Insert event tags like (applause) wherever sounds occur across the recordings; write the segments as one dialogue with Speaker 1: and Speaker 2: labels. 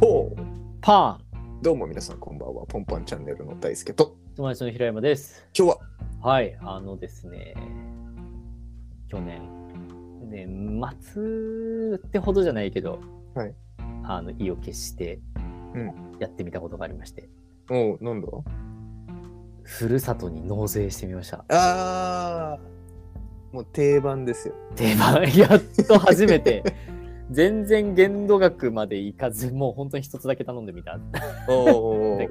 Speaker 1: ほう
Speaker 2: パン
Speaker 1: どうも皆さんこんばんはポンパンチャンネルの大輔と
Speaker 2: 友達の平山です。
Speaker 1: 今日は
Speaker 2: はい、あのですね、去年、年末ってほどじゃないけど、
Speaker 1: はい
Speaker 2: あの意を決して
Speaker 1: うん
Speaker 2: やってみたことがありまして、
Speaker 1: おうなんだ
Speaker 2: ふるさとに納税してみました。
Speaker 1: あーもう定番ですよ
Speaker 2: 出番、 (laughs) やっと初めて、全然限度額までいかず、もう本当に一つだけ頼んでみた。
Speaker 1: お
Speaker 2: で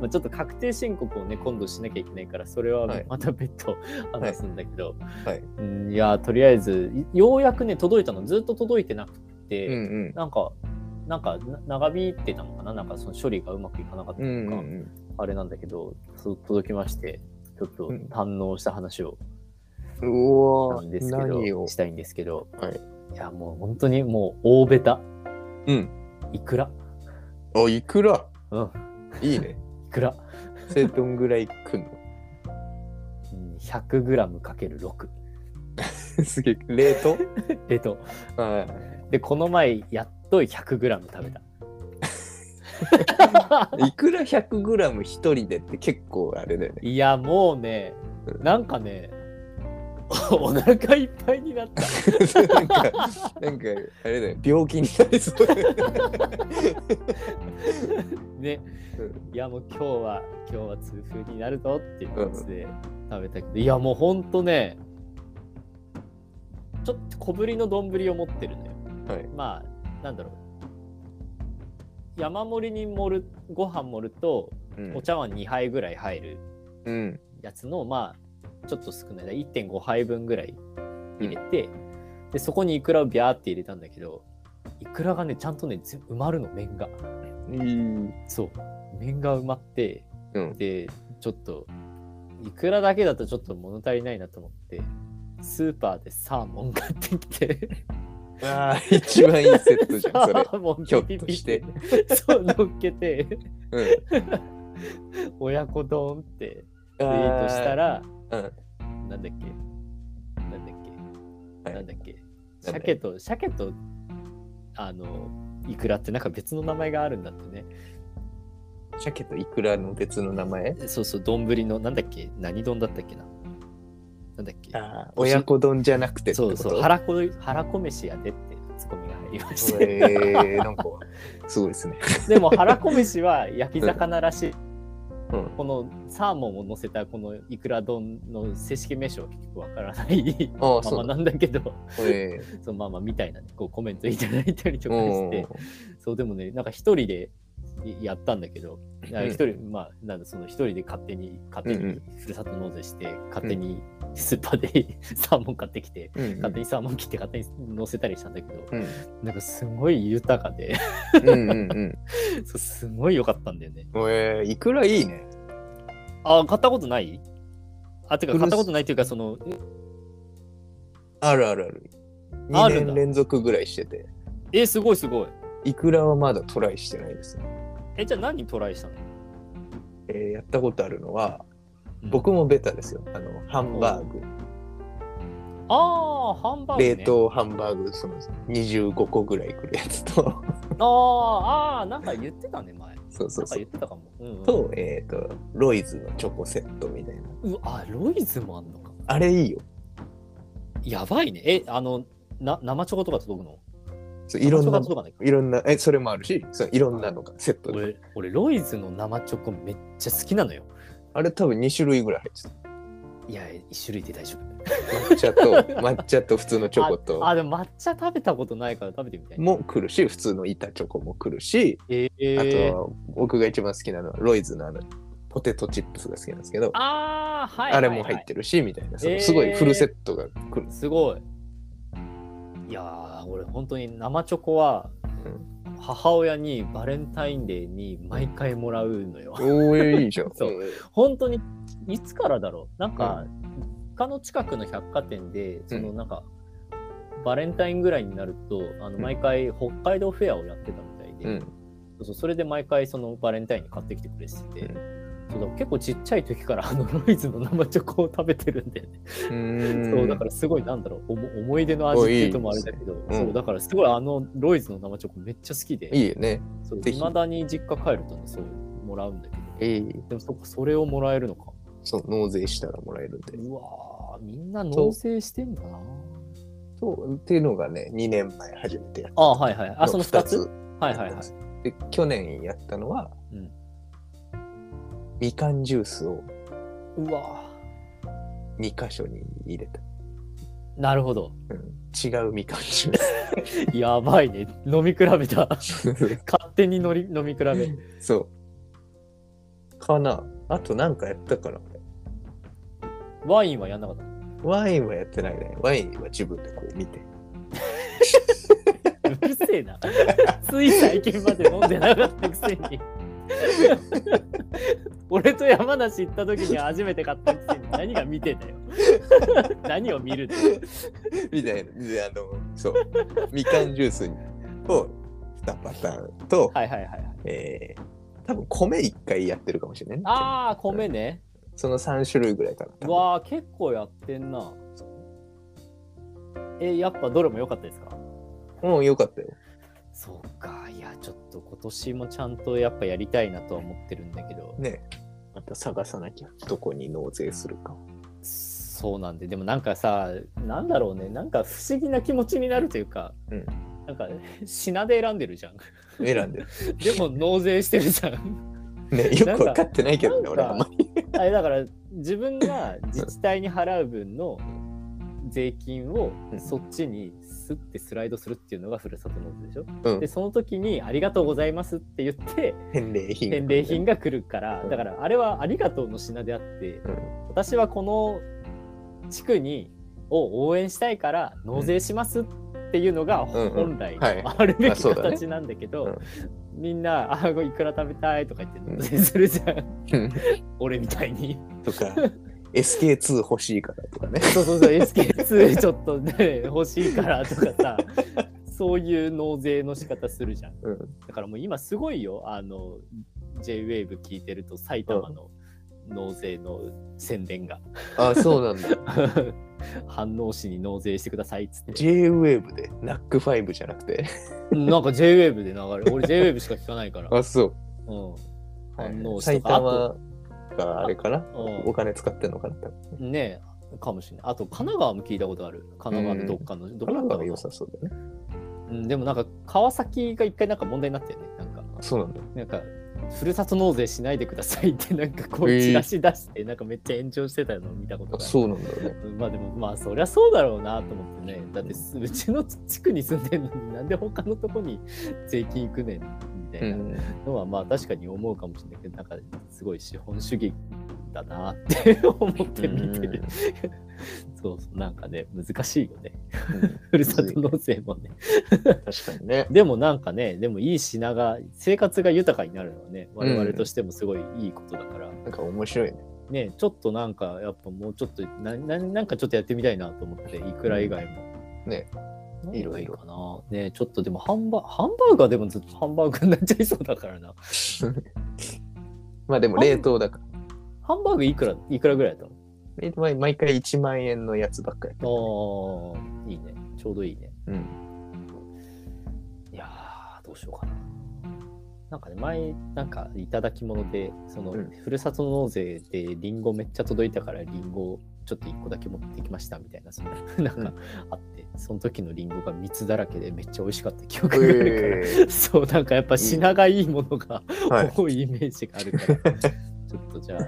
Speaker 2: まあ、ちょっと確定申告をね、今度しなきゃいけないから、それは
Speaker 1: はい
Speaker 2: また別途話すんだけど、
Speaker 1: はい
Speaker 2: うんいや、とりあえず、いようやくね、届いたの、ずっと届いてなくて、
Speaker 1: (laughs) うんうん
Speaker 2: なんか、なんかな長引いてたのかな、なんかその処理がうまくいかなかった
Speaker 1: う
Speaker 2: の
Speaker 1: ん
Speaker 2: か、
Speaker 1: うん
Speaker 2: あれなんだけど、そう届きまして、ちょっと
Speaker 1: うん
Speaker 2: 堪能した話を
Speaker 1: うんう
Speaker 2: な
Speaker 1: わ
Speaker 2: ん
Speaker 1: ー
Speaker 2: ですけど、
Speaker 1: 何を
Speaker 2: したいんですけど、
Speaker 1: はい、
Speaker 2: や、もう本当にもう大ベタ、
Speaker 1: うん
Speaker 2: いくら、
Speaker 1: あいくら
Speaker 2: うん、
Speaker 1: いいね (laughs)
Speaker 2: いくら、
Speaker 1: それどんぐらいくんの
Speaker 2: 100g×6、
Speaker 1: すげえ冷凍
Speaker 2: 冷凍。
Speaker 1: は
Speaker 2: でこの前やっと 100g 食べた
Speaker 1: いいくら 100g 一人でって結構あれだよね
Speaker 2: (laughs) いやもうねなんかねお腹いっぱいになった
Speaker 1: なんか、なんか、あれだよ、病気になりそうだよね。
Speaker 2: ねいやもう今日は今日は痛風になるぞっていう感じで食べたけどいやもうほんとねちょっと小ぶりの丼を持ってるのよ
Speaker 1: はい。
Speaker 2: まあなんだろう山盛りに盛るご飯盛ると
Speaker 1: うん
Speaker 2: お茶碗2杯ぐらい入る
Speaker 1: うん。
Speaker 2: やつのまあちょっと少ないだ1.5杯分ぐらい入れて、でそこにイクラをビャーって入れたんだけどイクラがねちゃんとね全埋まるの麺がそう麺が埋まって、
Speaker 1: うん
Speaker 2: でちょっとイクラだけだとちょっと物足りないなと思ってスーパーでサーモン買ってきて
Speaker 1: ああ、一番いいセットじゃん、それ。
Speaker 2: サーモン
Speaker 1: ひょっとして
Speaker 2: ピピピってそう乗っけて
Speaker 1: うん。
Speaker 2: 親子丼って
Speaker 1: ツ
Speaker 2: ツイートした。ら
Speaker 1: うん。
Speaker 2: なんだっけなんだっけ、
Speaker 1: はい
Speaker 2: なんだっけ
Speaker 1: なんだ
Speaker 2: 鮭と鮭とあのイクラってなんか別の名前があるんだってね
Speaker 1: 鮭とイクラの別の名前
Speaker 2: そうそう丼のなんだっけ何丼だったっけななんだっけ
Speaker 1: ああ、親子丼じゃなくてって
Speaker 2: そ
Speaker 1: こと
Speaker 2: うそう腹こ腹こ飯やでってツッコミが入りまし
Speaker 1: え
Speaker 2: て
Speaker 1: ー、なんか、すごいですね。
Speaker 2: (laughs) でも腹こ飯は焼き魚らしい、
Speaker 1: うん
Speaker 2: このサーモンを乗せたこのイクラ丼の正式名称は結構わからない
Speaker 1: ああ、
Speaker 2: ま
Speaker 1: そ
Speaker 2: ま
Speaker 1: うな
Speaker 2: なん
Speaker 1: だ。
Speaker 2: んだけど
Speaker 1: え
Speaker 2: そのまあまあみたいなねこうコメントいただいたりと
Speaker 1: ー
Speaker 2: かし
Speaker 1: お
Speaker 2: て
Speaker 1: ー
Speaker 2: そうでもねなんか一人でやったんだけどいや
Speaker 1: うん
Speaker 2: 一人、まあなんだその一人で勝手に勝手
Speaker 1: うん
Speaker 2: にふるさと納税して、勝手にスーパーで (laughs) サーモン買ってきて
Speaker 1: うんうん
Speaker 2: 勝手にサーモン切って勝手に乗せたりしたんだけど、
Speaker 1: うん
Speaker 2: なんかすごい豊かで (laughs)
Speaker 1: うんうんうん。
Speaker 2: そうすごい良かったんだよね
Speaker 1: えー、イクラいいね。
Speaker 2: あ買ったことないあてか
Speaker 1: ふるさ
Speaker 2: 買ったことないっていうかその
Speaker 1: あるあるある。
Speaker 2: あ
Speaker 1: 2
Speaker 2: るんだ
Speaker 1: 年連続ぐらいしてて、
Speaker 2: えすごいすごい
Speaker 1: イクラはまだトライしてないですね。
Speaker 2: えじゃあ何トライしたの
Speaker 1: えーやったことあるのは、
Speaker 2: うん
Speaker 1: 僕もベタですよ。あの、ハンバーグ、
Speaker 2: あーハンバーグ、ね、
Speaker 1: 冷凍ハンバーグ、その25個ぐらいくるやつと、 (laughs)
Speaker 2: あーあーなんか言ってたね前
Speaker 1: そうそうん
Speaker 2: なか
Speaker 1: そ
Speaker 2: 言
Speaker 1: う
Speaker 2: っ。てたかも、うんうん
Speaker 1: と、えっ、と、ロイズのチョコセットみたいな。
Speaker 2: うあロイズもあんのか
Speaker 1: あれいいよ。
Speaker 2: やばいねえあのな生チョコとか届くの
Speaker 1: そういろんな
Speaker 2: 生チョ、コが届かない
Speaker 1: いろんな、え、それもあるし、そういろんなのがセットで。
Speaker 2: 俺俺ロイズの生チョコめっちゃ好きなのよ
Speaker 1: あれ多分2種類ぐらい入って
Speaker 2: いや一種類で大丈夫
Speaker 1: た。抹茶
Speaker 2: (laughs)
Speaker 1: と、抹茶と普通のチョコ
Speaker 2: あ
Speaker 1: と
Speaker 2: あでも抹茶食べたことないから食べてみたい
Speaker 1: も来るし、普通の板チョコも来るし、
Speaker 2: え
Speaker 1: あ
Speaker 2: ー、
Speaker 1: とは僕が一番好きなのはロイズのあの、ポテトチップスが好きなんですけど、
Speaker 2: ああーはい
Speaker 1: あ
Speaker 2: はい
Speaker 1: れ
Speaker 2: はい、
Speaker 1: も入ってるし、みたいな、そ
Speaker 2: えー
Speaker 1: のすごいフルセットが来る。
Speaker 2: (laughs) すごいいやー俺本当に生チョコは
Speaker 1: う
Speaker 2: 母親にバレンタインデーに毎回もらうのよ
Speaker 1: おーいいじゃん。
Speaker 2: そう本当にいつからだろうなんか、他の近くの百貨店でそのなんか、バレンタインぐらいになるとあの
Speaker 1: うん
Speaker 2: 毎回北海道フェアをやってたみたいで、
Speaker 1: うん。
Speaker 2: そうそうそれで毎回そのバレンタインに買ってきてくれてて、そうだ結構ちっちゃい時からあのロイズの生チョコを食べてるんで、
Speaker 1: うん
Speaker 2: そうだからすごいなんだろうおも思い出の味っていうともあれだけど
Speaker 1: いいですねうん
Speaker 2: そうだからすごいあのロイズの生チョコめっちゃ好きで
Speaker 1: いいよね。
Speaker 2: そう
Speaker 1: ぜひ
Speaker 2: 未だに実家帰るとねそうもらうんだけど
Speaker 1: ええ
Speaker 2: でもそっかそれをもらえるのか
Speaker 1: そう、納税したらもらえるんで。
Speaker 2: うわーみんな納税してんだな
Speaker 1: そう、っていうのがね、2年前初めてやった。
Speaker 2: ああはいはいあその2つ
Speaker 1: 二
Speaker 2: はいはいはい
Speaker 1: で、去年やったのは、
Speaker 2: うん
Speaker 1: みかんジュースを
Speaker 2: うわ
Speaker 1: 2箇所に入れた。
Speaker 2: ーなるほど
Speaker 1: うん、違うみかんジュ
Speaker 2: やばいね飲み比べた
Speaker 1: ース。
Speaker 2: 勝手にのり飲み比べ
Speaker 1: そう。かな。あとなんかやったかな。俺
Speaker 2: ワインはやんなかった
Speaker 1: ワインはやってないね。ワインは自分でこう見て。
Speaker 2: うるせえな。つい最近まで飲んでなかったくせに。俺と山梨行った時に初めて買ったくせに何が見てんだよ。何を見るんだよ。
Speaker 1: みたいな。で、あの、そう。みかんジュースと2パターンと、
Speaker 2: はいはいはいはい。
Speaker 1: えー、多分米1回やってるかもしれないね。
Speaker 2: ああ、米ね。
Speaker 1: その3種類ぐらいかな多分。
Speaker 2: わあ、結構やってんな。え、やっぱどれも良かったですか
Speaker 1: うん、よかったよ。
Speaker 2: そうか。いや、ちょっと今年もちゃんとやっぱやりたいなとは思ってるんだけど。
Speaker 1: ね。また探さなきゃ。どこに納税するか。
Speaker 2: そうなんででもなんかさなんだろうねなんか不思議な気持ちになるというか、
Speaker 1: うん
Speaker 2: なんか品で選んでるじゃん
Speaker 1: 選
Speaker 2: (laughs)
Speaker 1: んでる。
Speaker 2: でも納税してるじゃん
Speaker 1: ね、よくわかってないけどね、
Speaker 2: なん
Speaker 1: 俺
Speaker 2: か
Speaker 1: あんまり。
Speaker 2: あれだから自分が自治体に払う分の税金を
Speaker 1: うん
Speaker 2: そっちにスッてスライドするっていうのがふるさと納税でしょ、
Speaker 1: うん
Speaker 2: でその時に「ありがとうございます」って言って
Speaker 1: 返礼品。
Speaker 2: 返礼品が来るから
Speaker 1: うん
Speaker 2: だからあれは「ありがとう」の品であって
Speaker 1: うん。
Speaker 2: 私はこの地区にを応援したいから納税しますっていうのが
Speaker 1: ん
Speaker 2: 本来
Speaker 1: はい
Speaker 2: あるべ
Speaker 1: あ
Speaker 2: き
Speaker 1: そうだね
Speaker 2: 形なんだけど、みんな「あーいくら食べたい」とか言って納税するじゃん、俺みたいに
Speaker 1: (laughs) とか、SK2 欲しいからとかね。
Speaker 2: そうそうそう SK2 ちょっとね (laughs) 欲しいからとかさそういう納税の仕方するじゃん
Speaker 1: うん。
Speaker 2: だからもう今すごいよあの JWAVE 聞いてると埼玉の納税の宣伝が (laughs)
Speaker 1: あ、そうなんだ。
Speaker 2: 反応市に納税してくださいっつって
Speaker 1: J-Wave で、NAC5 じゃなくて。
Speaker 2: なんか JWAVE で流れ俺 JWAVE しか聞かないから、うん、
Speaker 1: あ、そう。
Speaker 2: 反応し
Speaker 1: 埼
Speaker 2: とかあ
Speaker 1: 玉
Speaker 2: と
Speaker 1: があれかな
Speaker 2: う
Speaker 1: お金使ってんのかな多分
Speaker 2: ん、ねえかもしれないあと神奈川も聞いたことある神奈川のどっかの、
Speaker 1: 神
Speaker 2: どこだ
Speaker 1: 奈川
Speaker 2: ったか
Speaker 1: が
Speaker 2: な
Speaker 1: 良さそうだよね。
Speaker 2: うん、でもなんか川崎が一回なんか問題になったよねなんか
Speaker 1: あそうなんだ。
Speaker 2: なんかふるさと納税しないでくださいってなんかこう
Speaker 1: へえ
Speaker 2: チラシ出してなんかめっちゃ炎上してたのを見たこと
Speaker 1: あ
Speaker 2: がある
Speaker 1: そうなんだ
Speaker 2: (laughs)
Speaker 1: ね。
Speaker 2: うんまあでもまあそりゃそうだろうなと思ってねだってすうちの地区に住んでるのになんで他のとこに税金行くねんみた
Speaker 1: う。
Speaker 2: いなんのはまあ確かに思うかもしれないけどなんかすごい資本主義だなって思って見てる、そうそうなんかね難しいよね
Speaker 1: うん
Speaker 2: ふるさと納税も
Speaker 1: (laughs)
Speaker 2: ね
Speaker 1: 確かにね。
Speaker 2: でもなんかねでもいい品が生活が豊かになるのはね我々としてもすごいいいことだから、
Speaker 1: なんか面白いね。
Speaker 2: ねちょっとなんかやっぱもうちょっとなななんかちょっとやってみたいなと思っていくら以外も。
Speaker 1: ね
Speaker 2: 何がいいかなねちょっとでもハンバハンバーガーでもずっとハンバーグになっちゃいそうだからな。
Speaker 1: まあでも冷凍だから。
Speaker 2: ハンバーグいくらいくらぐらいだったの
Speaker 1: え毎毎回1万円のやつばっかり。
Speaker 2: ああ、いいね。ちょうどいいね。
Speaker 1: (laughs) うん。
Speaker 2: いやー、どうしようかな。なんかね、前、なんか、いただき物で、その、
Speaker 1: うん
Speaker 2: ふるさと納税で、リンゴめっちゃ届いたから、リンゴちょっと1個だけ持ってきましたみたいな、その、 (laughs) なんか、あって、その時のリンゴが蜜だらけで、めっちゃ美味しかった記憶があるから、
Speaker 1: え
Speaker 2: (laughs) そう、なんかやっぱ品がいいものが
Speaker 1: ーはい。
Speaker 2: 多いイメージがあるから、
Speaker 1: (laughs)
Speaker 2: ちょっとじゃあ、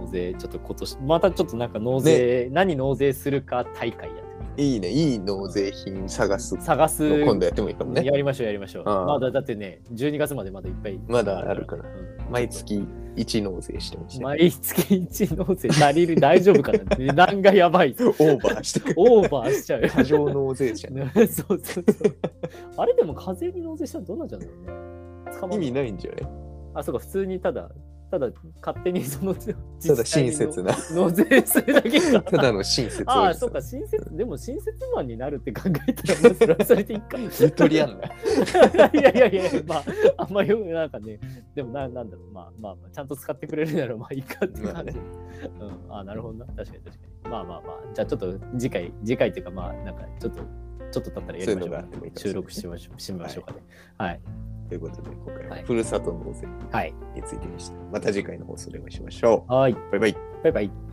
Speaker 2: 納税、ちょっと今年、またちょっとなんか納税、何納税するか大会やってみよう
Speaker 1: (laughs) いいね。いい納税品探す。
Speaker 2: 探す
Speaker 1: 今度やってもいいかもね
Speaker 2: や。りましょうやりましょう。
Speaker 1: ああ
Speaker 2: まだだってね、12月までまだいっぱい。
Speaker 1: まだあるから
Speaker 2: うん
Speaker 1: 毎。月1納税してました。
Speaker 2: 毎月1納税足りる大丈夫かな
Speaker 1: (laughs)
Speaker 2: 値段がやば
Speaker 1: オ
Speaker 2: い。
Speaker 1: ーバーしてくる。
Speaker 2: オーバーしちゃうよ。
Speaker 1: 過剰納税者。
Speaker 2: (laughs) そうそうそう。あれでも課税に納税したらどうなっちゃうんだろうね。捕まん
Speaker 1: (laughs) 意
Speaker 2: の
Speaker 1: 味ないんじゃない
Speaker 2: あ、そうか、普通にただただ勝手にその
Speaker 1: (laughs)
Speaker 2: た
Speaker 1: ただ親切な。
Speaker 2: 納税するだけ
Speaker 1: (laughs)
Speaker 2: が
Speaker 1: ただの親切
Speaker 2: あ
Speaker 1: お
Speaker 2: あ
Speaker 1: じさ
Speaker 2: そうんか親切でも親切マンになるって考えたらもうそれはそれでいいか
Speaker 1: ゆとりあんな。
Speaker 2: (laughs) いやいやいやいやまああんまよなんかねでもななんだろうまあまあまあちゃんと使ってくれるならまあいいかって
Speaker 1: まあ
Speaker 2: 感
Speaker 1: ね
Speaker 2: じ、うん、ああなるほどな確かに確かにまあまあまあじゃあちょっと次回次回っていうかまあなんかちょっとちょっと経ったらやりまし
Speaker 1: そういう
Speaker 2: ょ
Speaker 1: の
Speaker 2: う
Speaker 1: があ
Speaker 2: か
Speaker 1: ってもいいかもしれ
Speaker 2: 収
Speaker 1: ない
Speaker 2: 録しましょうしましょうかねはい
Speaker 1: ということで、今回
Speaker 2: は
Speaker 1: はいふるさと納税
Speaker 2: はい
Speaker 1: についてでした。また次回の放送でお会いしましょ。
Speaker 2: はいう
Speaker 1: バイバイ。
Speaker 2: バイバイ